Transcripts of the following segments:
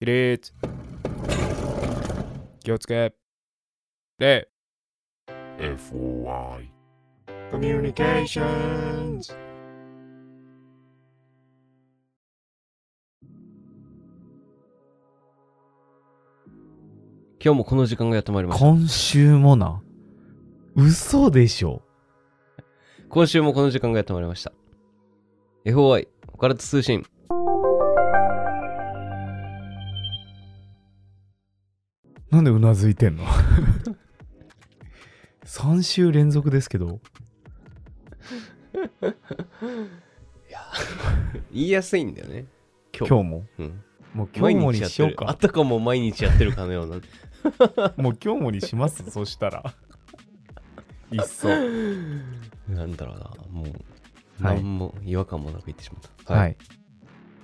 起立気をつけ礼 FOI コミュニケーションズ今日もこの時間がやってまいりました。今週もな。嘘でしょ。今週もこの時間がやってまいりました。FOI、オカルト通信。なんでうなず いてんの3週連続ですけど言いやすいんだよね。今日。今日もうん、もう今日も毎日にやっしてよるうあかたかも毎日やってるかのような。 もう今日もにしますそしたらいっそ なんだろうな。もう、は何いも違和感もなく言ってしまった。はい。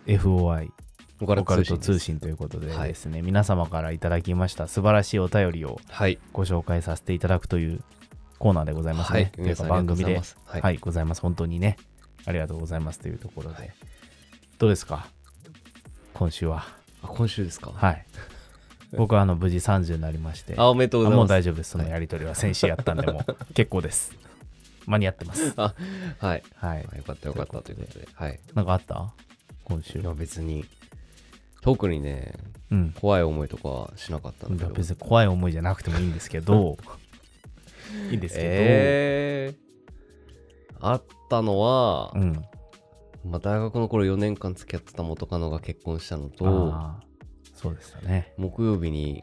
FOI オカルオカトル通信トです。通信ということではいですね、皆様からいただきました素晴らしいお便りをはい。ご紹介させていただくというコーナーでございますはねい。。というか皆さんあり番がとうご組ざいでますはい。はい、ございます。本当にね。ありがとうございますというところで。はいどうですか今週は。あ今週ですか。 はい。僕はあの無事30になりまして。あ、おめでとうございもまうす。大丈夫です。そのやりとりは先週やったん で、もう結構です。間に合ってます。はい。はい。あよかったよかったということで。はい。なんかあった今週い。や、別に、特にね、うん。怖い思いとかはしなかったんだけど。別に怖い思いじゃなくてもいいんです けど、いいんですけど、えーあったのは、うん。まあ、大学の頃4年間付き合ってた元カノが結婚したのとああ、そうでしたね。木曜日に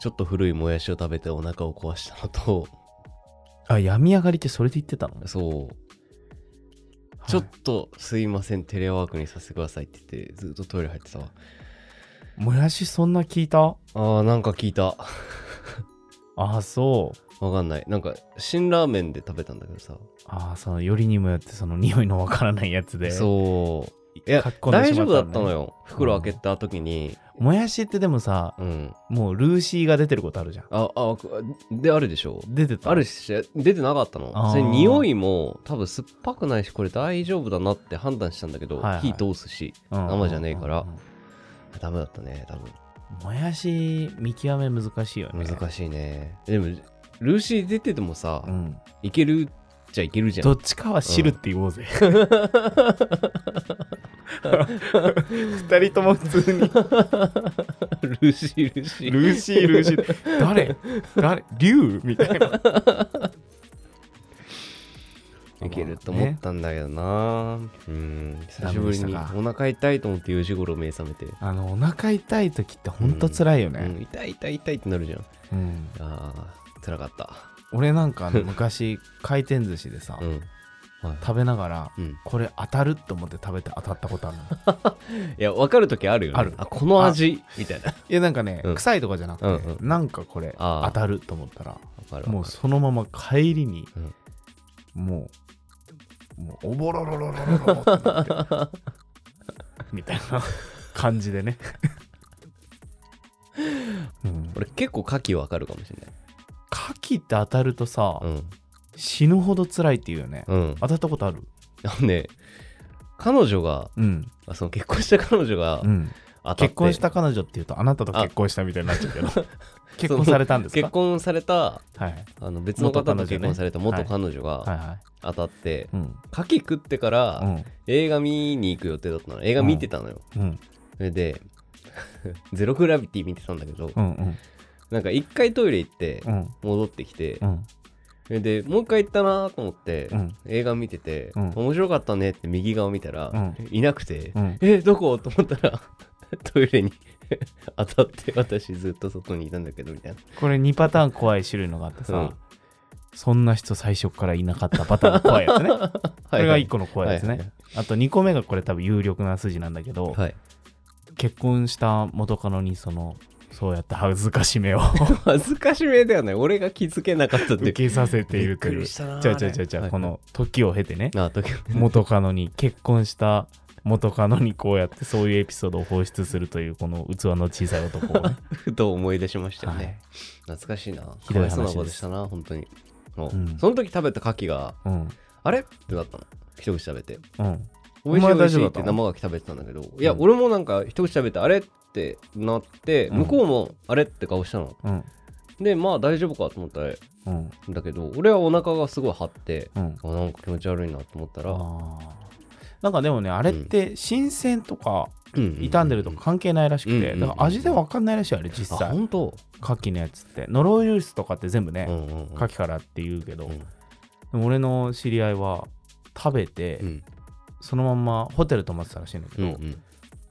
ちょっと古いもやしを食べてお腹を壊したのとあ、病み上がりって それで言ってたのそうはいちょっとすいませんテレワークにさせてくださいって言ってずっとトイレ入ってたわもやしそんな聞いたあーなんか聞いたああ、そう。わかんないなんか辛ラーメンで食べたんだけどさああ、そのよりにもよってその匂いのわからないやつで。そういやかっこんで大しま丈夫っだたのねったのよ袋開けた時にもやしってでもさ、うんもうルーシーが出てることあるじゃん。ああくであるでしょ出てた。あるし出てなかったのあーそれ匂いも多分酸っぱくないしこれ大丈夫だなって判断したんだけど、はいはい火通すしうん生じゃねえからうんうんダメだったね多分うんもやし、見極め難しいよね。難しいねでもルーシー出ててもさ、うん。いけるじゃいけるじゃどんっちかは汁って言おうぜ。二人とも普通に、 ルーシールーシー ルーシー、ルーシー。 誰誰竜みたいな。いけると思ったんだけどな、うん久しぶりにダメでしたかお腹痛いと思って4時頃目覚めて、あの、お腹痛い時ってほんと辛いようんね。痛い痛い痛いってなるじゃんうんあー辛かった俺なんかあの昔、回転寿司でさう、ん、はい食べながら、うん、これ当たると思って食べて当たっ たことあるのいや分かる時あるよねあるこの味みたいないやなんかね、うん臭いとかじゃなくて、うんうなんかこれあー当たると思ったら分かるもうそのまま帰りに、うんもうもうおぼろろろろろろってなってみたいな感じでね、うん、俺結構牡蠣分かるかもしれない牡蠣って当たるとさ、うん死ぬほど辛いっていうよね、うん当たったことあるあのね彼女がうん、あその結婚した彼女がうん、当たって結婚した彼女っていうとあなたと結婚したみたいになっちゃうけど結婚されたんですか結婚されたはいあの別の方と結婚された元元彼彼女はいがはい当たってうん牡蠣食ってかうらん映画見に行く予定だったの映画見てたのようんそれで ゼログラビティ見てたんだけどうんうんなんか一回トイレ行ってうん戻ってきてうんそれでもう一回行ったなと思ってうん映画見てて、うん面白かったねって右側見たら、うんいなくて、うんえどこと思ったら トイレに 当たって私ずっと外にいたんだけどみたいなこれ2パターン怖い種類のがあってさ、うんそんな人最初からいなかったパターンの怖い やつねこれが1個の怖いやつね、はいはいあと2個目がこれ多分有力な筋なんだけど、はい結婚した元カノにそのそうやって恥ずかしめを恥ずかしめではない俺が気づけなかったってい受うけさせているとびっくいうりしたなあれじゃあじゃあじゃあじゃあ、はいこの時を経てね ああ時元カノに結婚した元カノにこうやってそういうエピソードを放出するというこの器の小さい男 をね、ふと思い出しましたよはね、い懐かしいなひかどい話わでいすそうなことしたな本当におうんその時食べた牡蠣がうんあれってなったの一口食べてうん美味しいお前美味し大丈夫いだっったての生牡蠣食べてたんだけどいや、うん俺もなんか一口食べてあれってってなって、うん向こうもあれって顔したの。うんで、まあ大丈夫かと思ったんうんだけど、俺はお腹がすごい張って、うんあなんか気持ち悪いなと思ったら、あーなんかでもねあれって新鮮とか傷傷んでるとか関係ないらしくて、うんだから味で分かんないらしいあれ実あ、際本当牡蠣のやつってノロウイルスとかって全部ね、うんうんうん牡蠣からって言うけど、うんでも俺の知り合いは食べて、うんそのまんまホテル泊まってたらしいんだけうど、ん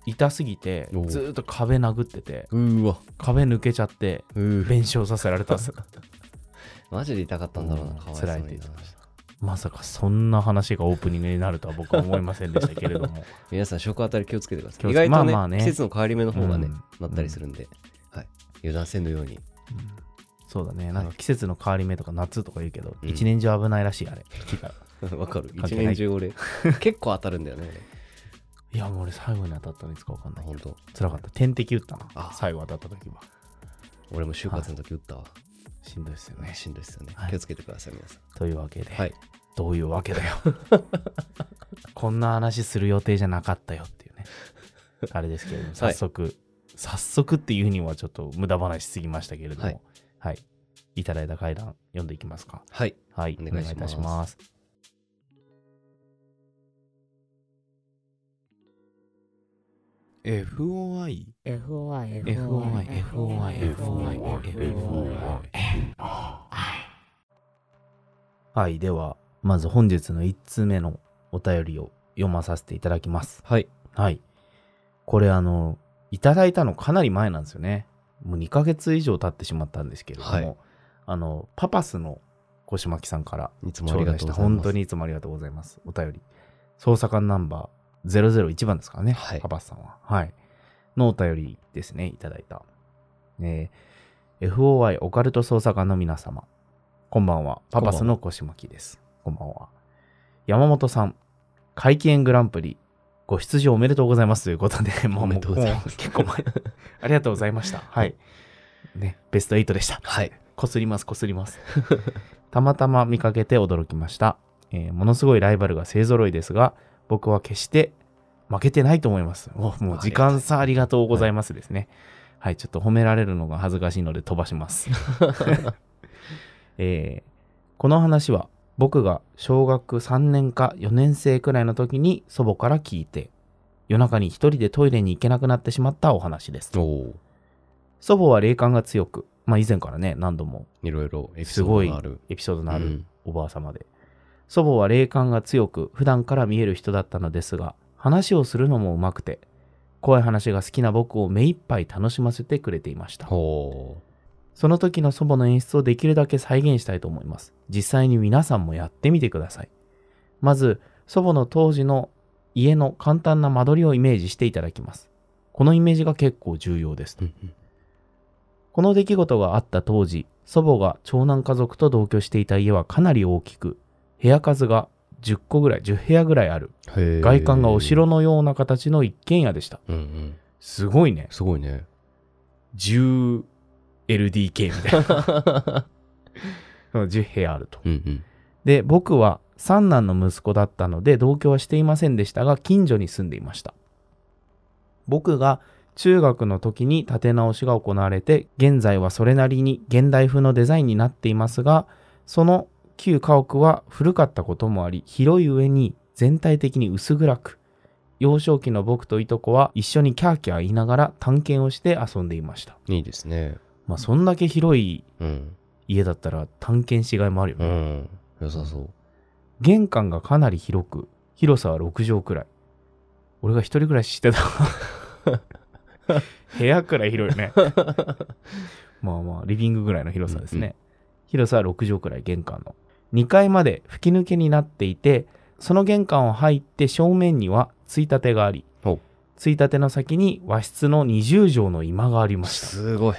痛すぎておうずーっと壁殴っててうんうわ壁抜けちゃってうー弁償させられ たっすマジで痛かったんだろうな、うんかわいそうにな辛いって言ってましまさかそんな話がオープニングになるとは僕は思いませんでしたけれども皆さん食あたり気をつけてくださ気いを意つけ外とね,、まあまあね季節の変わり目の方がね、うんなったりするんで、はい、油断せんのように そうだねなんか季節の変わり目とか夏とか言うけど、うん一年中危ないらしいあれ聞いたらわかる関一係ない年中 俺結構当たるんだよねいやもう俺最後に当たったのいつか分かんな俺い本当辛かった点滴打ったなあ最後当たった時は俺も就活の時打ったわ、しんどいっすよねしんどいですよね、はい気をつけてください皆さんというわけで、はいどういうわけだよ こんな話する予定じゃなかったよっていうねあれですけれども早速、早速っていうにはちょっと無駄話しすぎましたけれどもははいい、い、ただいた回覧読んでいきますかはいはいお願いしますおたますはいではまず本日の1通目のお便りを読まさせていただきますはいはいこれあのいただいたのかなり前なんですよねもう2ヶ月以上経ってしまったんですけれども、はいあのパパスの小島木さんからいつもあ頂りが戴としうたございます本当にいつもありがとうございますお便り捜査官ナンバー001番ですからね、はいパパスさんははいのお便りですねいただいた、えー FOI オカルト捜査官の皆様こんばんはパパスの小島木ですこんばんは山本さん会見グランプリご出場おめでとうございますということで、もおめでとうございますも結構前。ありがとうございました。はい。ね、ベスト8でした。はいこすります、こすります。 たまたま見かけて驚きました。えーものすごいライバルが勢ぞろいですが、僕は決して負けてないと思います。おもう時間差ありがとうございますですね。はい、ちょっと褒められるのが恥ずかしいので飛ばします。 えーこの話は僕が小学3年か4年生くらいの時に祖母から聞いて、夜中に一人でトイレに行けなくなってしまったお話です。おお祖母は霊感が強く、まあ以前からね、何度もいろいろエピソードがあるエピソードのあうるんおばあ様で、祖母は霊感が強く普段から見える人だったのですが話をするのもうまくて怖い話が好きな僕を目いっぱい楽しませてくれていましたほその時の祖母の演出をできるだけ再現したいと思います実際に皆さんもやってみてくださいまず祖母の当時の家の簡単な間取りをイメージしていただきますこのイメージが結構重要ですううんうんこの出来事があった当時、祖母が長男家族と同居していた家はかなり大きく、部屋数が10個ぐらい、10部屋ぐらいある。へー外観がお城のような形の一軒家でした。うんうんすごいね。すごいね 10LDK みたい な。10部屋あると。うんうんで、僕は三男の息子だったので同居はしていませんでしたが、近所に住んでいました。僕が中学の時に建て直しが行われて、現在はそれなりに現代風のデザインになっていますが、その旧家屋は古かったこともあり、広い上に全体的に薄暗く、幼少期の僕といとこは一緒にキャーキャー言いながら探検をして遊んでいました。いいですねまあ、そんだけ広いうん家だったら探検しがいもあるようね。ん良さそう玄関がかなり広く広さは6畳くらい俺が一人暮らしして た部屋くらい広いよねまあまあリビングぐらいの広さですね、うんう広さは6畳くらい玄関の2階まで吹き抜けになっていてその玄関を入って正面にはついたてがありほうついたての先に和室の20畳の居間がありましたすごい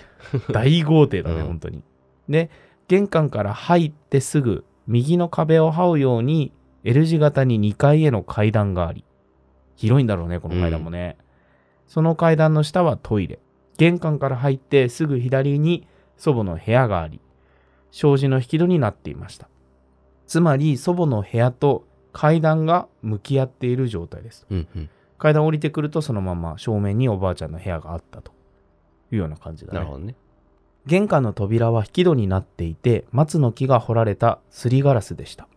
大豪邸だね、うん本当に。で、玄関から入ってすぐ、右の壁を這うように、L 字型に2階への階段があり、広いんだろうね、この階段もね。その階段の下はトイレ。玄関から入ってすぐ左に祖母の部屋があり、障子の引き戸になっていました。つまり、祖母の部屋と階段が向き合っている状態です。うんうん階段降りてくるとそのまま正面におばあちゃんの部屋があったというような感じだなるねほどね。玄関の扉は引き戸になっていて松の木が彫られたすりガラスでした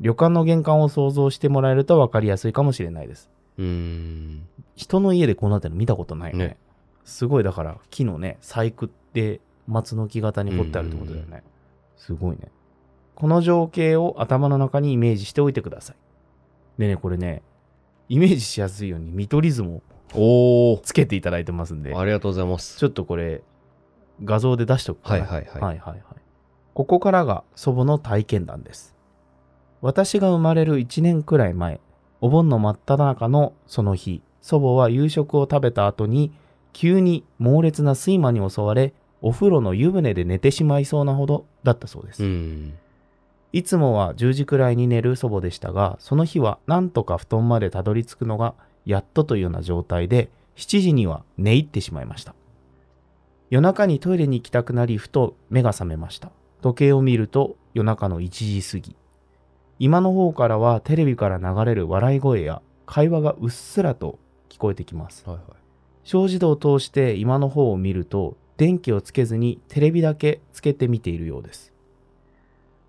旅館の玄関を想像してもらえると分かりやすいかもしれないですうーん。人の家でこうなってるの見たことないよねねすごいだから木のね細工って松の木型に彫ってあるってことだよね、すごいねこの情景を頭の中にイメージしておいてくださいでねこれねイメージしやすいように見取り図もおお。つけていただいてますんでありがとうございます。ちょっとこれ画像で出しておくかはないはいはい。はいはいはい。ここからが祖母の体験談です。私が生まれる1年くらい前、お盆の真っ只中のその日、祖母は夕食を食べた後に、急に猛烈な睡魔に襲われ、お風呂の湯船で寝てしまいそうなほどだったそうです。うーん。いつもは10時くらいに寝る祖母でしたが、その日はなんとか布団までたどり着くのがやっとというような状態で、7時には寝入ってしまいました。夜中にトイレに行きたくなり、ふと目が覚めました。時計を見ると夜中の1時過ぎ。今の方からはテレビから流れる笑い声や会話がうっすらと聞こえてきます。はいはい。小児童を通して今の方を見ると電気をつけずにテレビだけつけて見ているようです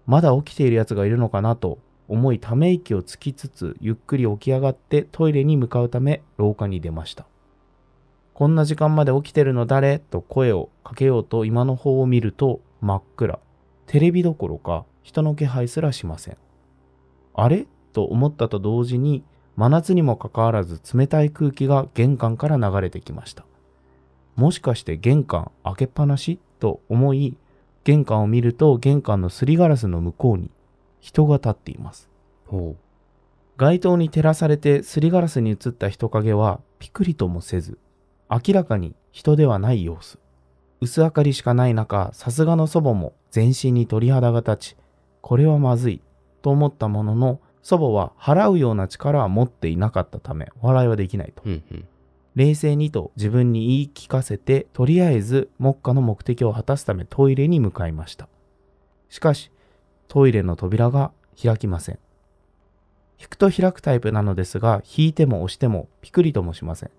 まだ起きているやつがいるのかなと思いため息をつきつつゆっくり起き上がってトイレに向かうため廊下に出ましたこんな時間まで起きてるの誰と声をかけようと今の方を見ると真っ暗テレビどころか人の気配すらしませんあれと思ったと同時に真夏にもかかわらず冷たい空気が玄関から流れてきましたもしかして玄関開けっぱなしと思い玄関を見ると玄関のすりガラスの向こうに人が立っていますほ街灯に照らされてすりガラスに映った人影はピクリともせず明らかに人ではない様子薄明かりしかない中さすがの祖母も全身に鳥肌が立ちこれはまずいと思ったものの祖母は払うような力は持っていなかったため笑いはできないとう。うんうん。冷静にと自分に言い聞かせてとりあえず目下の目的を果たすためトイレに向かいましたしかしトイレの扉が開きません引くと開くタイプなのですが引いても押してもピクリともしません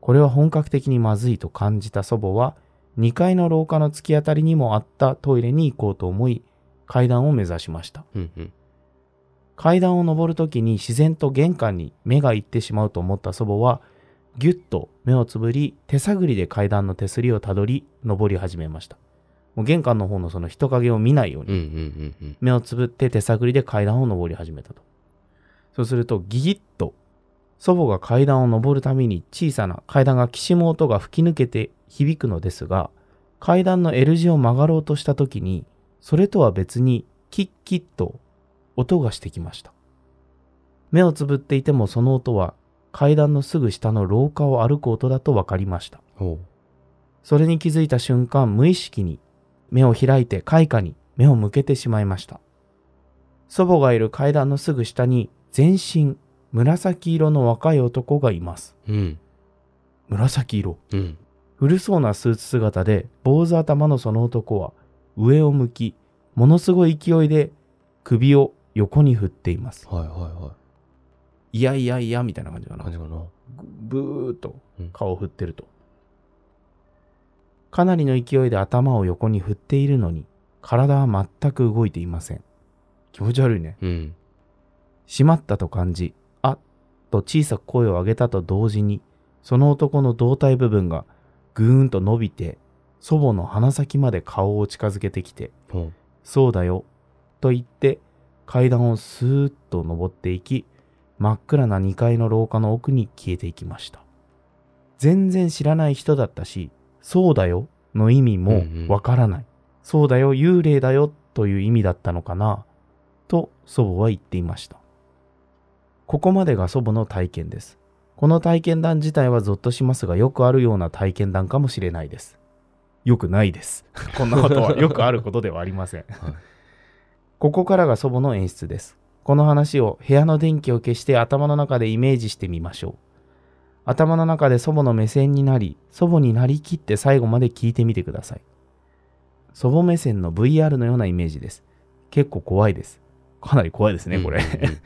これは本格的にまずいと感じた祖母は2階の廊下の突き当たりにもあったトイレに行こうと思い階段を目指しましたうんうん。階段を上るときに自然と玄関に目が行ってしまうと思った祖母はぎゅっと目をつぶり手探りで階段の手すりをたどり上り始めましたもう玄関の方のその人影を見ないよううんうにんうんうん。目をつぶって手探りで階段を上り始めたとそうするとギギッと祖母が階段を上るために小さな階段がきしむ音が吹き抜けて響くのですが階段の L 字を曲がろうとした時にそれとは別にキッキッと音がしてきました目をつぶっていてもその音は階段のすぐ下の廊下を歩く音だと分かりましたほそれに気づいた瞬間無意識に目を開いて開花に目を向けてしまいました祖母がいる階段のすぐ下に全身紫色の若い男がいますう。うん。紫色うん。古そうなスーツ姿で坊主頭のその男は上を向きものすごい勢いで首を横に振っていますはいはいはいやいやいやみたいな感じかい。な感じかな。ブーっとうん顔を振ってると、かなりの勢いで頭を横に振っているのに体は全く動いていません気持ち悪いねうん。しまったと感じあっと小さく声を上げたと同時にその男の胴体部分がぐーんと伸びて祖母の鼻先まで顔を近づけてきてほそうだよ。と言って階段をスーッと登っていき、真っ暗な2階の廊下の奥に消えていきました。全然知らない人だったし、そうだよの意味もうんうんわからない。そうだよ、幽霊だよという意味だったのかな、と祖母は言っていました。ここまでが祖母の体験です。この体験談自体はゾッとしますが、よくあるような体験談かもしれないです。よくないです。 こんなことはよくあることではありません。 はいここからが祖母の演出です。この話を部屋の電気を消して頭の中でイメージしてみましょう。頭の中で祖母の目線になり、祖母になりきって最後まで聞いてみてください。祖母目線の VR のようなイメージです。結構怖いです。かなり怖いですう。ね、これ。 うんうんうん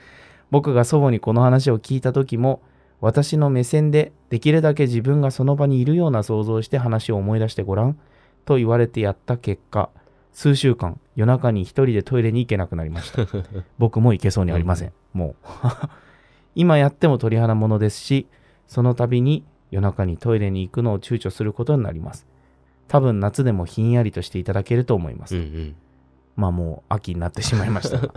僕が祖母にこの話を聞いた時も私の目線でできるだけ自分がその場にいるような想像をして話を思い出してごらんと言われてやった結果数週間夜中に一人でトイレに行けなくなりました僕も行けそうにありません、もう 今やっても鳥肌ものですしその度に夜中にトイレに行くのを躊躇することになります多分夏でもひんやりとしていただけると思います、うんまあもう秋になってしまいました が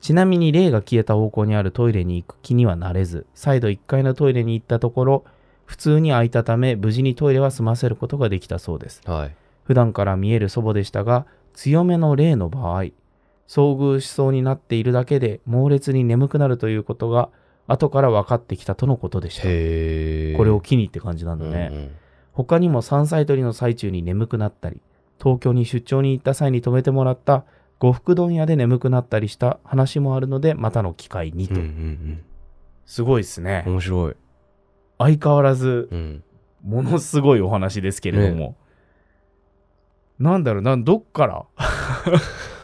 ちなみに霊が消えた方向にあるトイレに行く気にはなれず再度1階のトイレに行ったところ普通に空いたため無事にトイレは済ませることができたそうですうん。はい。普段から見える祖母でしたが強めの霊の場合遭遇しそうになっているだけで猛烈に眠くなるということが後から分かってきたとのことでしたへえ。これを機にって感じなんだね、うん他にも山菜採りの最中に眠くなったり東京に出張に行った際に泊めてもらった呉服問屋で眠くなったりした話もあるのでまたの機会にうと、んうんすごいですねうん。面白い。相変わらずうん。ものすごいお話ですけれども、なんだろうなんどっか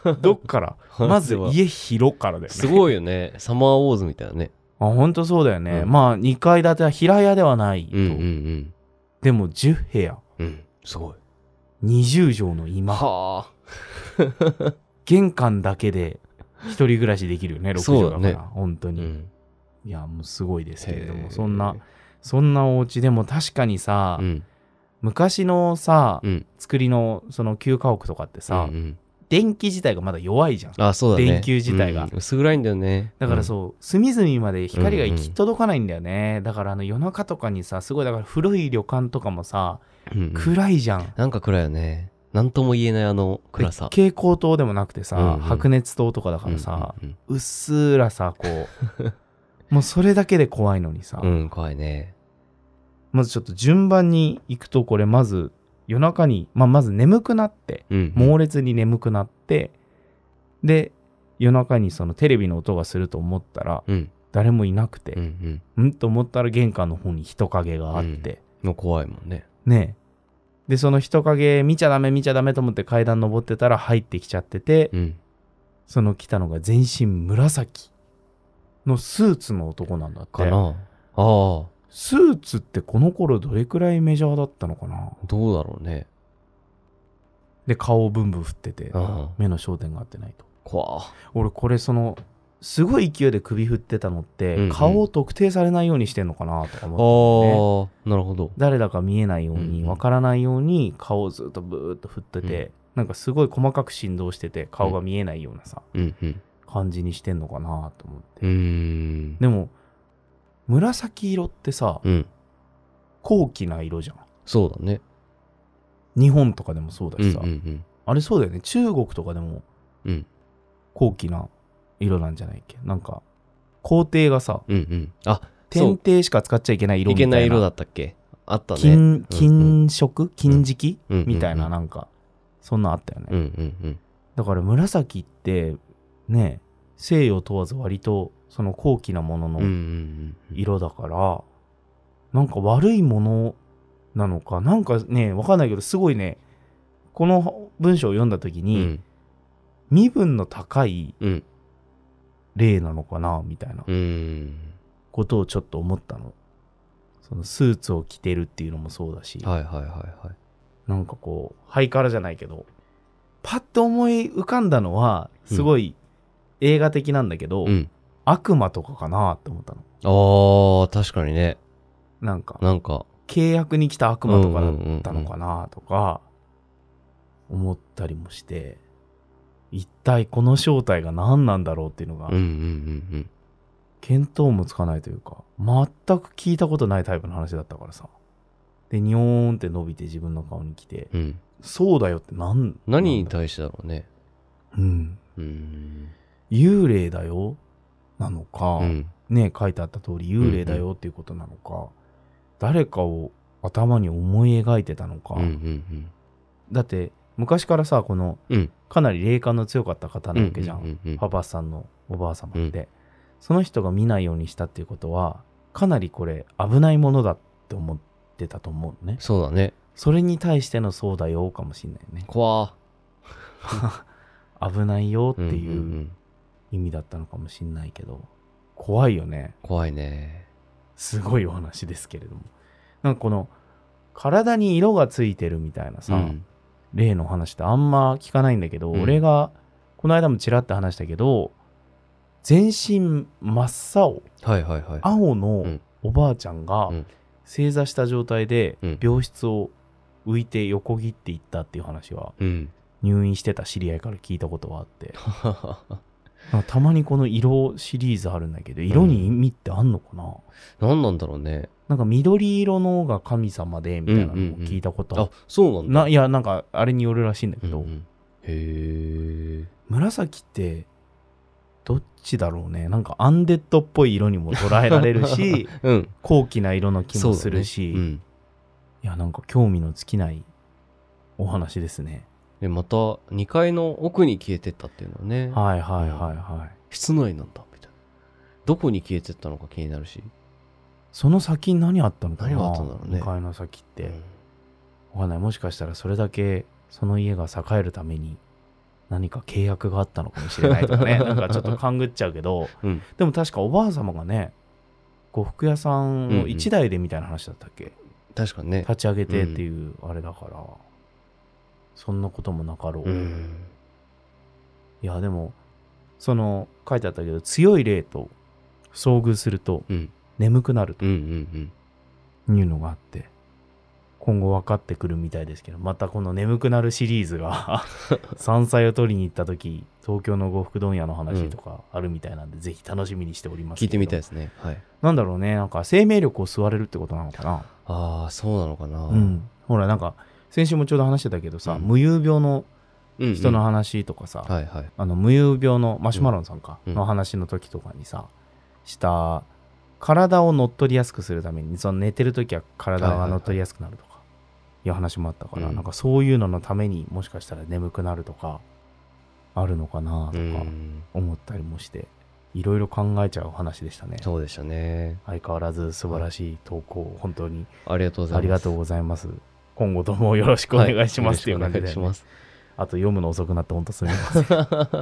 ら どっからまずは家広からだよねすごいよね。サマーウォーズみたいなね。あ本当そうだよね、うんまあ2階建ては平屋ではないと、うんうんでも10部屋うん。うん。すごい。 20畳の居間はあ。玄関だけで一人暮らしできるよね6そうだ畳ねだから本当うに、ん。いやもうすごいですけれどへもーそんなそんなお家でも確かにさ、うん。昔のさ、うん作りのその旧家屋とかってさ、うんうん電気自体がまだ弱いじゃんあ、そうだね。電球自体がうん薄暗いんだよね。だからうんそう、隅々まで光が行き届かないんだよね、だからあの夜中とかにさすごいだから古い旅館とかもさ、うんうん暗いじゃんなんか暗いよね。なんとも言えないあの暗さ。蛍光灯でもなくてさ、うんうん白熱灯とかだからさ、うんうっすらさこう もうそれだけで怖いのにさ、うんうん、うん怖いね。まずちょっと順番に行くとこれまず夜中に、まあ、まず眠くなってうん。猛烈に眠くなってで夜中にそのテレビの音がすると思ったらうん。誰もいなくうんうて、ん。うん、と思ったら玄関の方に人影があって、もう怖いもんね。ねえでその人影見ちゃダメ見ちゃダメと思って階段登ってたら入ってきちゃってて、うん。その来たのが全身紫のスーツの男なんだってかな。ああ、どスーツってこの頃どれくらいメジャーだったのかなうだろうね。で顔をブンブン振っててああ目の焦点が合ってないと怖俺これそのすごい勢いで首振ってたのって、うんうん顔を特定されないようにしてんのかなとかああ思って、ー、ね、なるほど。誰だか見えないよううんうにんわからないように顔をずっとブーっと振ってて、なんかすごい細かく振動してて顔が見えないようなさ、うんうん。感じにしてんのかなと思って、うーん。でも紫色ってさうん。高貴な色じゃんそうだね。日本とかでもそうだうんうしんさ、うん。あれそうだよね中国とかでもうん高貴な色なんじゃないっけなんか皇帝がさうんうん。あ、そ天う。帝しか使っちゃいけない色いみたけいなない色だったっけあったね。金うん金色金色、うんうんみたいなうんなんかそんなあったよね、うんうんうん。だから紫ってね西洋問わず割とその高貴なものうんうんうのん。色だから、なんか悪いものなのかなんかねわかんないけどすごいねこの文章を読んだ時うに、ん。身分の高いうん。例なのかなみたいなうん。ことをちょっと思ったの。そのスーツを着てるっていうのもそうだし、はいはいはいはい。なんかこうハイカラじゃないけどパッと思い浮かんだのはうんすごい映画的なんだけど、うん。悪魔とかかなって思ったあの。あ、確かにね。なんかなんか、契約に来た悪魔とかだったのかなとか思ったりもして一体この正体が何なんだろうっていうのがうんうんうんうん。見当もつかないというか全く聞いたことないタイプの話だったからさでニョーンって伸びて自分の顔に来てうん、そうだよって何何になんだ対してだろうね。うんうん。幽霊だよなのか、うん。ね書いてあった通り幽霊だよっていうことなのか、誰かを頭に思い描いてたのか、うんうんだって昔からさこのうん。うん。かなり霊感の強かった方なわけじゃん,、うんうんうんパパさんのおばあ様って、その人が見ないようにしたっていうことはかなりこれ危ないものだって思ってたと思うねそうだね。それに対してのそうだよかもしんないよ ね怖危ないよってーいんう意味だったのかもしんないけど、怖いよね。怖いね。すごいお話ですけれども。なんかこの、体に色がついてるみたいなさ、うん例の話ってあんま聞かないんだけど、うん俺が、この間もちらっと話したけど、全身真っ青、はいはいはい。青うのんおばあちゃんがうん正座した状態でうん病室を浮いて横切っていったっていう話はうん。入院してた知り合いから聞いたことは あってなんかたまにこの色シリーズあるんだけど色に意味ってあんのかな、何なんだろうね。なんか緑色のが神様でみたいなのをうんうんうん聞いたことああ、そうなんだ。ないやなんかあれによるらしいんだけうんど、うんへえ。紫ってどっちだろうねなんかアンデッドっぽい色にも捉えられる しうん。高貴な色の気そうもだねするし、うん。いやなんか興味の尽きないお話ですねで、また2階の奥に消えてったっていうのはね。はいはいはいはい室内なんだ、みたいな。どこに消えてったのか気になるし。その先に何あったのかな何があったんだろうね向かいの先って、うんわかんないもしかしたらそれだけその家が栄えるために何か契約があったのかもしれないとか ねなんかちょっと勘ぐっちゃうけど、うんでも確かおばあ様がね呉服屋さんを一代でみたいな話だったっけ、確かにね。立ち上げてっていうあれだから、そんなこともなかろう、ういん。やでもその書いてあったけど強い霊と遭遇するとうん。眠くなるうんうんというのがあって今後分かってくるみたいですけどまたこの眠くなるシリーズ が山菜を取りに行った時東京の呉服問屋の話とかあるみたいなんで、ぜひ楽しみにしておりうん。ます聞けいどてみたいですね。はい。なんだろうねなんか生命力を吸われるってことなのかなああ、そうなのかな。うん、ほらなんか先週もちょうど話してたけどさ、うん無遊病のうん。人の話とかさ、はいはい。あの無遊病のマシュマロンさんか、うんの話の時とかにさした体を乗っ取りやすくするためにその寝てる時は体が乗っ取りやすくなるとか、いいう話もあったから、うんなんかそういうののためにもしかしたら眠くなるとかあるのかなとうかん。思ったりもして、いろいろ考えちゃうお話でしたねそうでしたね。相変わらず素晴らしい投稿、本当にありがとうございます。ありがとうございます今後ともよろしくおは願いしますっていう感じよで、ろしくおね願いしあと読むの遅くなって本当すみません ます。い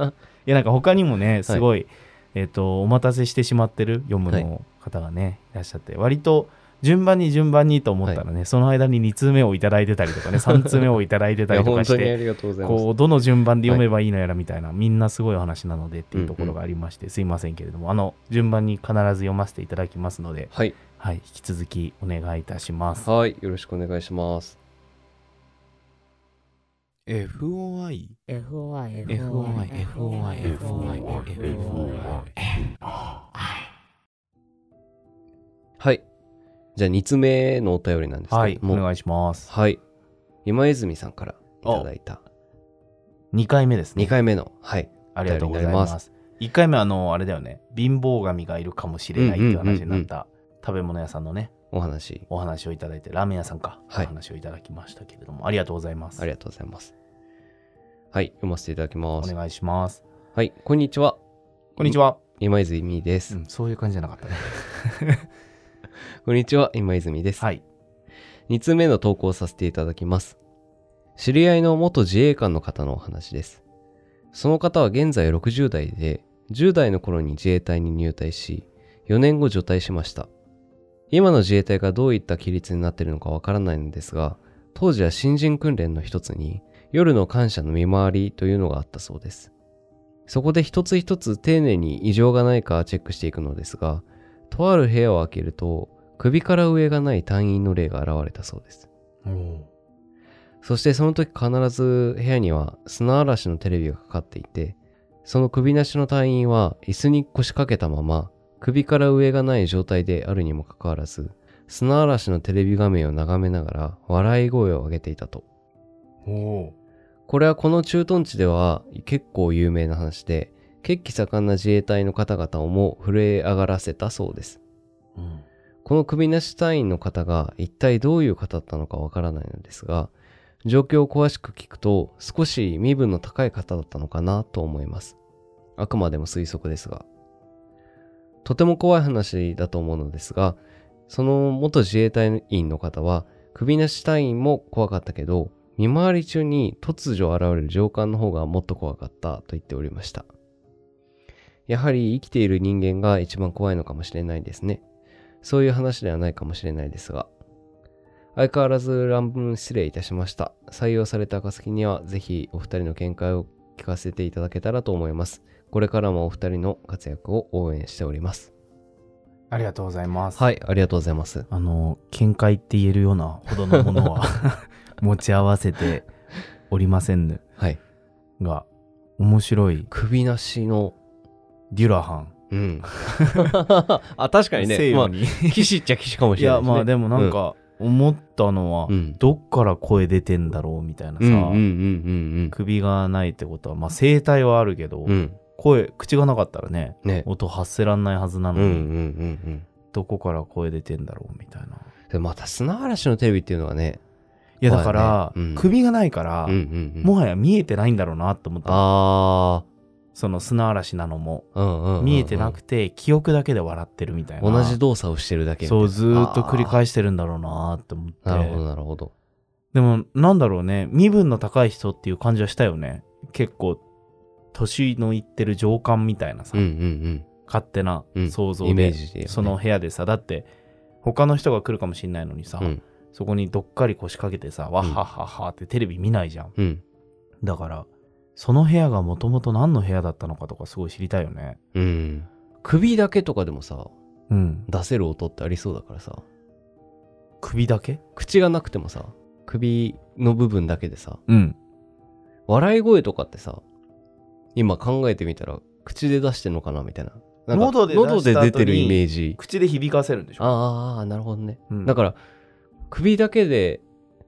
やなんか他にもねすごい、えっ、とお待たせしてしまってる読むの方がね、い、らっしゃって割と順番に順番にと思ったらね、その間に2通目をいただいてたり とかね3通目をいただいていたやりとか本し当にあてりがとうございます。こうどの順番で読めばいいのやらみたいな、みんなすごいお話なのでっていうところがありまして、すいませんけれどもあの順番に必ず読ませていただきますので、はい。はい、引き続きお願いいたします。はい。よろしくお願いします。 FOI FOI FOI FOI FOI FOI FOI はい。じゃあ、2つ目のお便りなんですけどはい、おも願いします。はい。今泉さんからいただいた2回目ですね。 2回目の、はい。ありがとうございます。1回目はあの、あれだよね、貧乏神がいるかもしれないっていう話になった食べ物屋さんのね、お話、お話をいただいて、ラーメン屋さんか、はいお話をいただきましたけれども、ありがとうございます。ありがとうございます。はい。読ませていただきまおす。願いします。はい。こんにちは。こんにちは。今泉です。うんそういう感じじゃなかったね。こんにちは。今泉です。はい。 2通目の投稿させていただきます。知り合いの元自衛官の方のお話です。その方は現在60代で、10代の頃に自衛隊に入隊し、4年後除隊しました。今の自衛隊がどういった規律になっているのかわからないのですが、当時は新人訓練の一つに、夜の感謝の見回りというのがあったそうです。そこで一つ一つ丁寧に異常がないかチェックしていくのですが、とある部屋を開けると、首から上がない隊員の霊が現れたそうです。そしてその時必ず部屋には砂嵐のテレビがかかっていて、その首なしの隊員は椅子に腰掛けたまま、首から上がない状態であるにもかかわらず、砂嵐のテレビ画面を眺めながら笑い声を上げていたと。おお。これはこの駐屯地では結構有名な話で、血気盛んな自衛隊の方々をも震え上がらせたそうです。うん。この首なし隊員の方が一体どういう方だったのかわからないのですが、状況を詳しく聞くと少し身分の高い方だったのかなと思います。あくまでも推測ですが。とても怖い話だと思うのですが、その元自衛隊員の方は、首なし隊員も怖かったけど、見回り中に突如現れる上官の方がもっと怖かったと言っておりました。やはり生きている人間が一番怖いのかもしれないですね。そういう話ではないかもしれないですが。相変わらず乱文失礼いたしました。採用された暁には、ぜひお二人の見解を聞かせていただけたらと思います。これからもお二人の活躍を応援しております。ありがとうございます。はい、ありがとうございます。あの、見解って言えるようなほどのものは 持ち合わせておりませんぬはい。が、面白い首なしの、デュラハン。うん。 あ、確かにね、まあ、に。騎士っちゃ騎士かもしいれないや、ですね。まあでもなんか、思ったのは、うん、どっから声出てんだろうみたいなさ、うんうんうんうん首がないってことは、まあ声帯はあるけど、うんうん声、口がなかったらね、ね音発せらんないはずなうんのうんうに、んうんどこから声出てんだろうみたいな。でまた砂嵐のテレビっていうのはねいやだから、そうだねうん首がないから、うんうんうんもはや見えてないんだろうなと思ったあその砂嵐なのもあ、うんうんうんうん見えてなくて、記憶だけで笑ってるみたいな同じ動作をしてるだけみたいそなうずーっと繰り返してるんだろうなと思ってなるほどなるほどでもなんだろうね身分の高い人っていう感じはしたよね結構年のいってる上官みたいなさ、うんうん勝手なうんうん想像で,、イメージで、その部屋でさだって他の人が来るかもしんないのにさ、うんそこにどっかり腰掛けてさわっはっはっはってテレビ見ないじゃんうんだからその部屋がもともと何の部屋だったのかとかすごい知りたいよねうん首だけとかでもさうん出せる音ってありそうだからさ首だけ口がなくてもさ首の部分だけでさうん笑い声とかってさ今考えてみたら口で出してんのかなみたいななんか喉で出した後に喉で出てるイメージ口で響かせるんでしょあーあーなるほどね、うんだから首だけで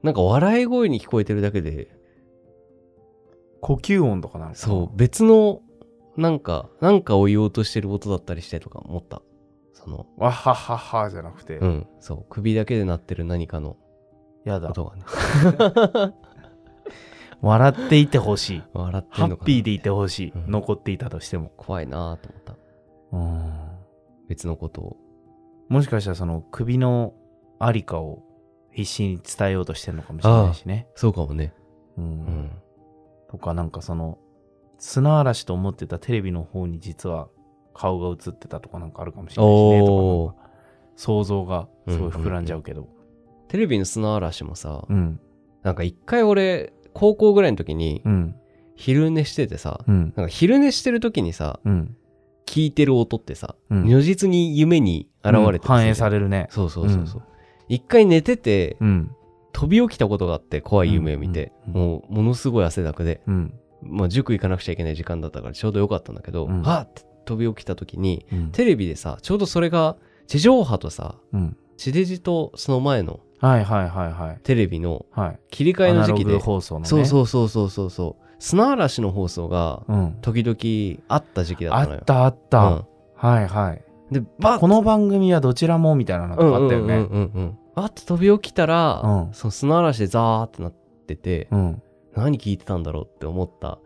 なんか笑い声に聞こえてるだけで呼吸音とかなのかなそう別のなんかなんかを言おうとしてる音だったりしてとか思ったそのわっはっはっはじゃなくて、うんそう首だけで鳴ってる何かのやだ音がね笑っていてほしい笑ってハんのッかなピーでいてほしい、うん残っていたとしても怖いなーと思ったうん別のことをもしかしたらその首のありかを必死に伝えようとしてるのかもしれないしねそうかもねううんんとかなんかその砂嵐と思ってたテレビの方に実は顔が映ってたとかなんかあるかもしれないしねおーとかなんか想像がすごい膨らんじゃうけどテレビの砂嵐もさ、うんなんか一回俺高校ぐらいの時にうん昼寝しててさ、うんなんか昼寝してる時にさうん聞いてる音ってさ、うん如実に夢に現れてうん反映されるるねそうそうそうそう一回寝ててうん飛び起きたことがあって怖い夢を見て、うんもうものすごい汗だくで、うんまあ、塾行かなくちゃいけない時間だったからちょうどよかったんだけど、うんはっって飛び起きた時にうんテレビでさちょうどそれが地上波とさうん地デジとその前のはいはいはいはいテレビのはい切り替えアのナ時ロ期でグ放送のねそうそうそうそうそうそう砂嵐の放送がうん時々あった時期だあったのよったあったはいはいうん、でバッこの番組はどちらもみたいなのうんとかあったようんねうんうんうんバッと飛び起きたら、うんその砂嵐でザーってなってて、うん何聞いてたんだろうって思った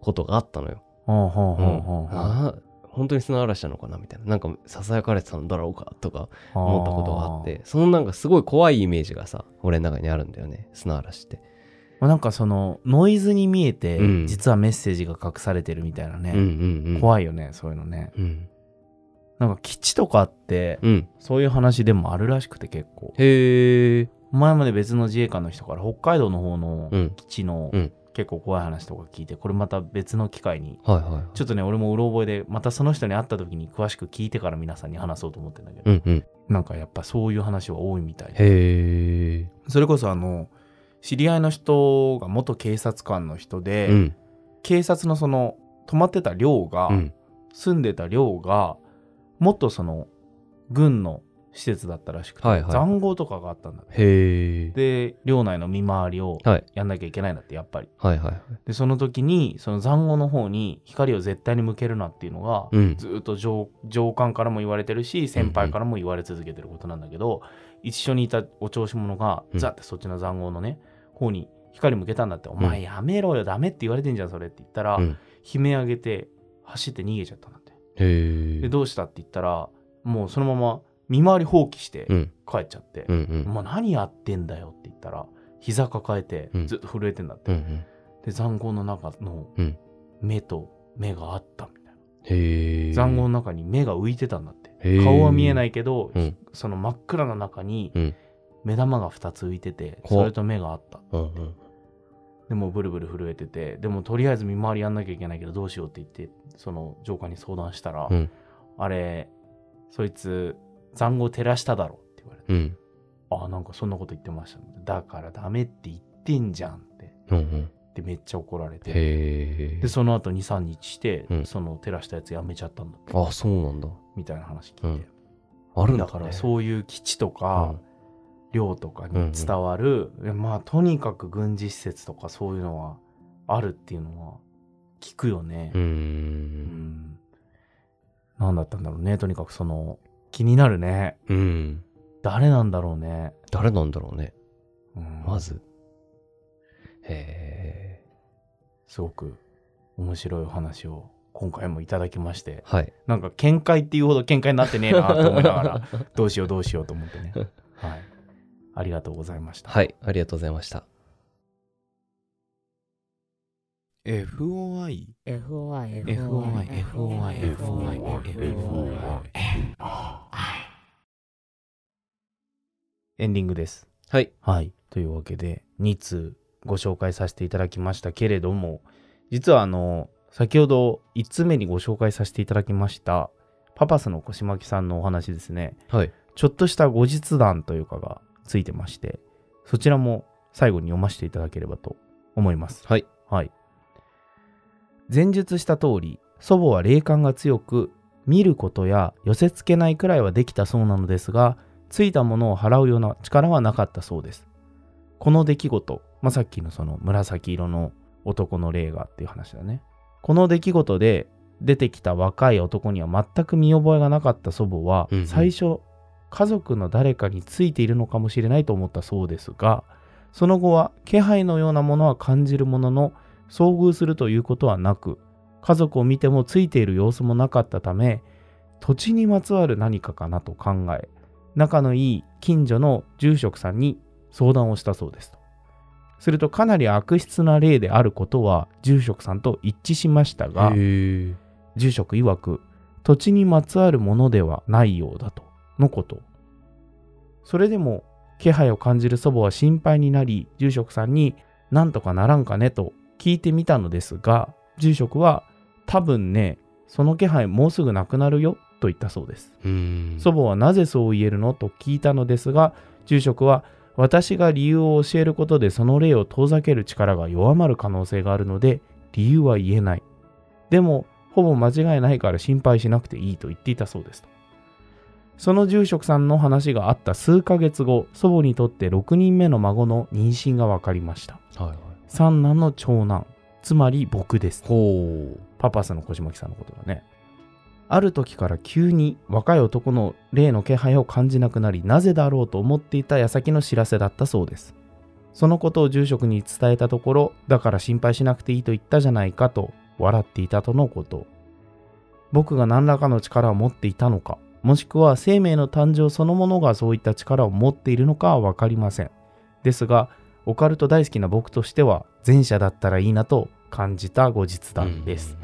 ことがあったのよ、ほうほううほうほうほうあー本当に砂嵐なのかなみたいななんかささやかれてたんだろうかとか思ったことがあってそのなんかすごい怖いイメージがさ俺の中にあるんだよね砂嵐って、まあなんかそのノイズに見えて、うん実はメッセージが隠されてるみたいなうんね、うんうん怖いよねそういうのねうん、なんか基地とかあって、うん、そういう話でもあるらしくて結構へえ前まで別の自衛官の人から北海道の方のうん基地のうん結構怖い話とか聞いてこれまた別の機会にはいはいはいちょっとね俺もうろ覚えでまたその人に会った時に詳しく聞いてから皆さんに話そうと思ってんだけど、うんうんなんかやっぱそういう話は多いみたいでへえそれこそあの知り合いの人が元警察官の人で、うん警察のその泊まってた寮が、うん住んでた寮がもっとその軍の施設だったらしくて、はいはい塹壕とかがあったんだってへえで寮内の見回りをはいやんなきゃいけないんだってやっぱりはいはいはいでその時にその塹壕の方に光を絶対に向けるなっていうのが、うんずっと上上官からも言われてるし先輩からも言われ続けてることなんだけど、一緒にいたお調子者が、うんザってそっちの塹壕のね方に光向けたんだって、お前やめろよダメって言われてんじゃんそれって言ったら、うん悲鳴上げて走って逃げちゃったんだってへえでどうしたって言ったらもうそのまま見回り放棄してうん帰っちゃってうんう「おん前何やってんだよ」って言ったら膝抱えてうんずっと震えてんだっうて、んうんで塹壕の中のうん目と目があったみたいな、へえ。塹壕の中に目が浮いてたんだって、へー顔は見えないけど、うんその真っ暗な中にうん目玉が2つ浮いてて、怖っそれと目があったうんうん。でもうブルブル震えててでもとりあえず見回りやんなきゃいけないけどどうしようって言ってその上官に相談したら、うんあれそいつ塹壕照らしただろって言われて、うん。あなんかそんなこと言ってましたねだからダメって言ってんじゃんってうんうん。でめっちゃ怒られへてえで。その後23日して、うんその照らしたやつやめちゃったんだってあ、そうなんだ。みたいな話聞いて、うんあるんだ、だね。からそういう基地とうかん寮とかに伝わる、まあとにかく軍事施設とかそういうのはあるっていうのは聞くよねうー。。うんん何だったんだろうねとにかくその気になるねうん。誰なんだろうね。誰なんだろうね。うんまず。へえ。すごく面白いお話を今回もいただきましてはい。なんか見解っていうほど見解になってねえなと思いな がらどうしようどうしようと思ってね。はい、ありがとうございました。はい。ありがとうございました。 FOI FOI FOI FOI FOI FOI FOI FOI FOI エンディングです。はい。はい。というわけで、2通ご紹介させていただきましたけれども、実はあの、先ほど1通目にご紹介させていただきました、パパスの腰巻きさんのお話ですね、はい。ちょっとした後日談というかがついてまして、そちらも最後に読ませていただければと思います。はい。はい。前述した通り、祖母は霊感が強く、見ることや寄せ付けないくらいはできたそうなのですが、ついたものを払うような力はなかったそうです。この出来事、まあ、さっきのその紫色の男の霊がっていう話だね。この出来事で出てきた若い男には全く見覚えがなかった祖母はうんうん、最初、家族の誰かについているのかもしれないと思ったそうですが、その後は気配のようなものは感じるものの、遭遇するということはなく、家族を見てもついている様子もなかったため、土地にまつわる何かかなと考え、仲のいい近所の住職さんに相談をしたそうですと。するとかなり悪質な例であることは住職さんと一致しましたが、へえ。住職曰く土地にまつわるものではないようだとのことそれでも気配を感じる祖母は心配になり住職さんに「なんとかならんかね」と聞いてみたのですが住職は「多分ねその気配もうすぐなくなるよ」と言ったそうですうーん。祖母はなぜそう言えるのと聞いたのですが住職は私が理由を教えることでその霊を遠ざける力が弱まる可能性があるので理由は言えないでもほぼ間違いないから心配しなくていいと言っていたそうですとその住職さんの話があった数ヶ月後祖母にとって6人目の孫の妊娠が分かりましたはいはい。三男の長男つまり僕ですほう。パパスの小島木さんのことだねある時から急に若い男の霊の気配を感じなくなりなぜだろうと思っていた矢先の知らせだったそうですそのことを住職に伝えたところだから心配しなくていいと言ったじゃないかと笑っていたとのこと僕が何らかの力を持っていたのかもしくは生命の誕生そのものがそういった力を持っているのかは分かりませんですがオカルト大好きな僕としては前者だったらいいなと感じた後日談です、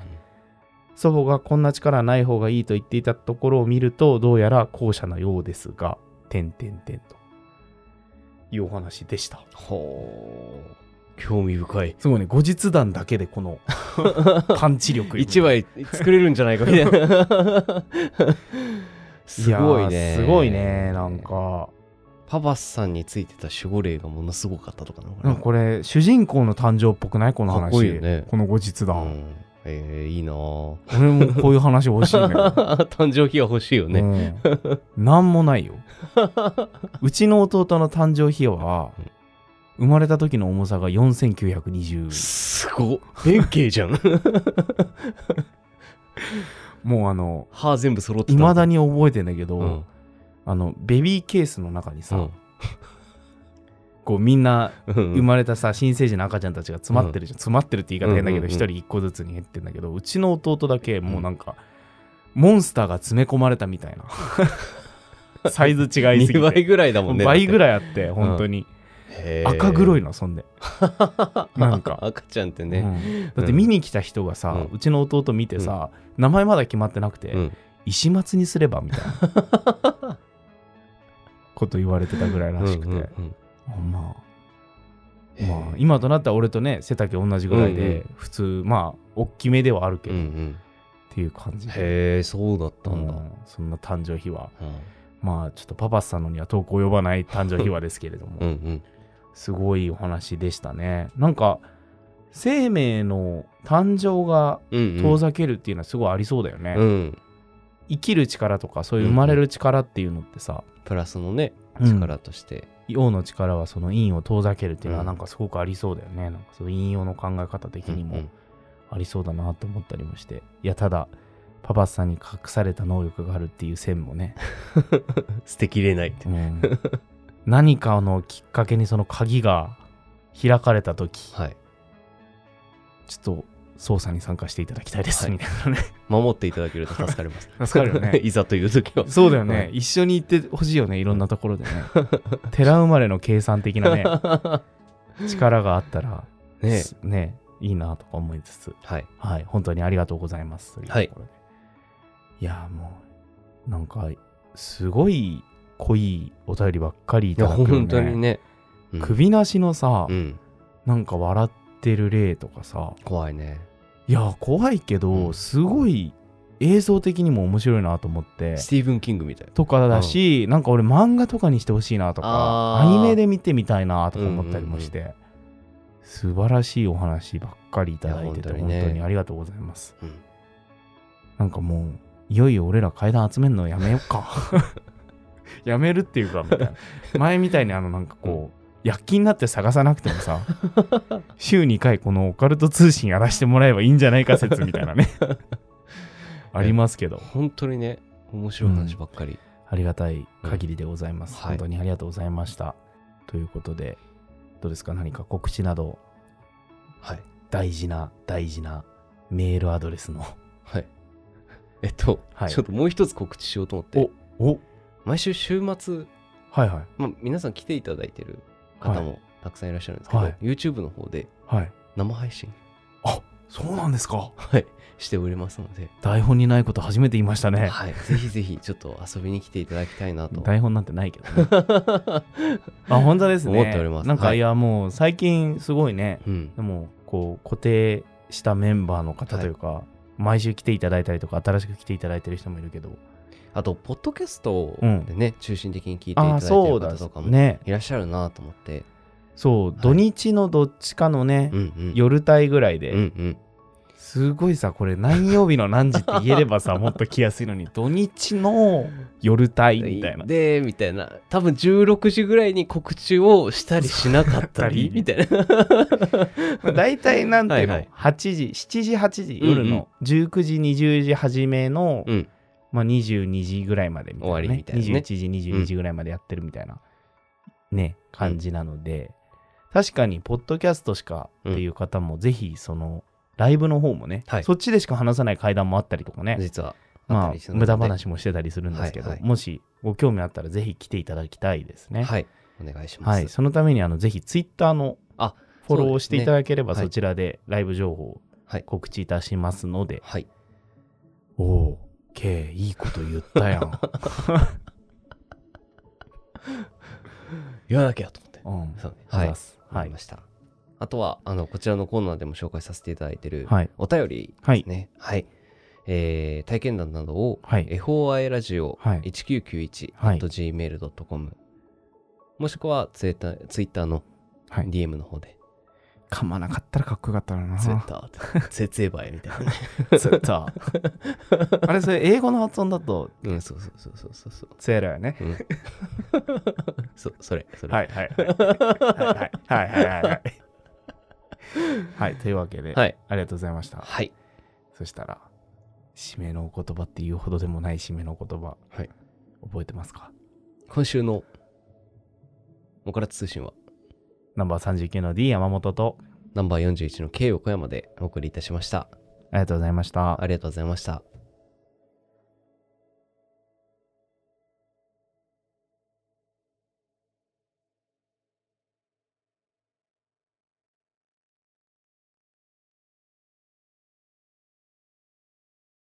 祖母がこんな力はない方がいいと言っていたところを見るとどうやら後者のようですが、点点点というお話でした。ほう。興味深い。すごいね、後日談だけでこ のパンチ力。一枚作れるんじゃないかみたいな。すごいやねー。すごいね、なん。か。パパスさんについてた守護霊がものすごかったとかなのかななんかこれ、主人公の誕生っぽくないこの話。かっこいいよねこの後日う談。んえー、いいなぁ俺もこういう話欲しいね。 誕生日が欲しいよ ね。うん、なんも ないようちの弟の誕生費用は生まれた時の重さが4920すごっ。弁慶じゃん。もうあの 歯全部揃ってた。いまだに覚えてんだけど、うん。あのベビーケースの中にさ、うん。こうみんなうん生まれたさ新生児の赤ちゃんたちが詰まってるじゃん、詰まってるって言い方変だけうんうんうどん一、人一個ずつに減ってんだけどうちの弟だけもうなんか、モンスターが詰め込まれたみたい なサイズ違いす2ぎ倍てぐらいだもんね。倍ぐい。らいあって本当に、へー赤黒いのそんでなんか赤ちゃんって うね、んだって見に来た人がさ、ううちの弟見てさ、名前まだ決まってなくて、うん石松にすればみたいな こと言われてたぐらいらしくて、うんうんうんまあ、まあ、今となったら俺とね背丈同じぐらいで、うんうん普通まあ大きめではあるけうど、んうっんていう感じで、へえそうだったうんだ、そんな誕生日はうんまあちょっとパパさんのには投稿呼ばない誕生日はですけれども、うんうんすごいお話でしたねなんか生命の誕生がうんうん遠ざけるっていうのはすごいありそうだよね、うん生きる力とかそういう生まれる力っていうのってさ、プラスのねうん力として、陽の力はその陰を遠ざけるっていうのはうんなんかすごくありそうだよね、なんかその陰陽の考え方的にうもんありそうだなと思ったりもして、いやただパパさんに隠された能力があるっていう線もね、捨てきれないってうん何かのきっかけにその鍵が開かれた時はいちょっと捜査に参加していただきたいですはいみたいなね、守っていただける と助かります 助かるよね いざという時はそうだよね、一緒に行ってほしいよねいろんなところでね寺生まれの計算的なね 力があったらねすねいいなとか思いつつはいはい本当にありがとうございますというところはで、いい、やもうなんかすごい濃いお便りばっかりいいたやだくよ、ね、本当にね、うん首なしのさ、うんなんか笑ってる例とかさ怖いねいや怖いけど、うんすごい映像的にも面白いなと思ってスティーブン・キングみたいなとかだし、なんか俺漫画とかにしてほしいなとかあアーニメで見てみたいなとか思ったりもして、素晴らしいお話ばっかりいただいてていや本当本に当ねにありがとうございます、うんなんかもういよいよ俺ら階段集めるのやめよ っかやめるっていうかみたいな前みたいにあのなんかこう躍起になって探さなくてもさ 週2回このオカルト通信やらしてもらえばいいんじゃないか説みた いなねありますけど本当にね面白い話ばっかり、ありがたい限りでございまうす。んはい本当にありがとうございました。ということで、どうですか何か告知など、はい大事な大事なメールアドレスの。はい えっと、はいちょっともう一つ告知しようと思ってお毎週週末、はいはい。まあ、皆さん来ていただいてる方もたくさんいらっしゃるんですけど、はい YouTube の方ではい。生配信、あそうなんですか。はい、しておりますので、台本にないこと初めて言いましたね。はい、ぜひぜひちょっと遊びに来ていただきたいなと 台本なんてないけど、ね。あ、本当ですね。思っておりますなんか、はいい、や、もう最近すごいね。 うんでも、こう、固定したメンバーの方というか、毎週来ていただいたりとか、新しく来ていただいてる人もいるけど、あとポッドキャストでね、中心的に聞いていただあいてるそうだ方とかもね。いらっしゃるなと思って、そう、土日のどっちかのね、うんうん、夜帯ぐらいで、うんうん、すごいさこれ何曜日の何時って言えれ ばさもっと来やすいのに土日の夜帯みたいなでみたいな多分16時ぐらいに告知をしたりしなかった りそうみたいな まあ大体なんていうのはい8時7時8時うんうん夜の19時20時始めの、うんまあ、22時ぐらいまでみたいな、ね、終わりみたいなね21時22時ぐらいまでやってるみたいな、ね感じなので、確かにポッドキャストしかっていう方もぜひそのライブの方もね、はいそっちでしか話さない会談もあったりとかね実はあっまたりすあ、るので無駄話もしてたりするんですけど、はいはいもしご興味あったらぜひ来ていただきたいですね。はいお願いしまはす、いそのためにあのぜひツイッターのあフォローをしていただければそそ,、うですねはいちらでライブ情報をはい告知いたしますので、はいおお K いいこと言ったや ん、言わなきゃと思ってうんそうねははいい思いました、あとはあのこちらのコーナーでも紹介させていただいてるはいお便りはいですねはい、えー体験談などを、はい FOI ラジオはい 1991.gmail.com、もしくはツイッターツイッターのはい DM の方で、噛まなかったらかっこよかったのになツイッター絶バイみたいなねツ イッターあれそれ英語の発音だと うん、そうそうそうそうそうそう。ツエラよねうん、そそれそれ、はい はいはいはいはいはいはい はいはいというわけで、はいありがとうございましたはいそしたら、締めのお言葉っていうほどでもない締めのお言葉、はい覚えてますか今週の「モカラツ通信」はナンバー39の D 山本と、ナンバー41の K 横山でお送りいたしましたありがとうございました。ありがとうございました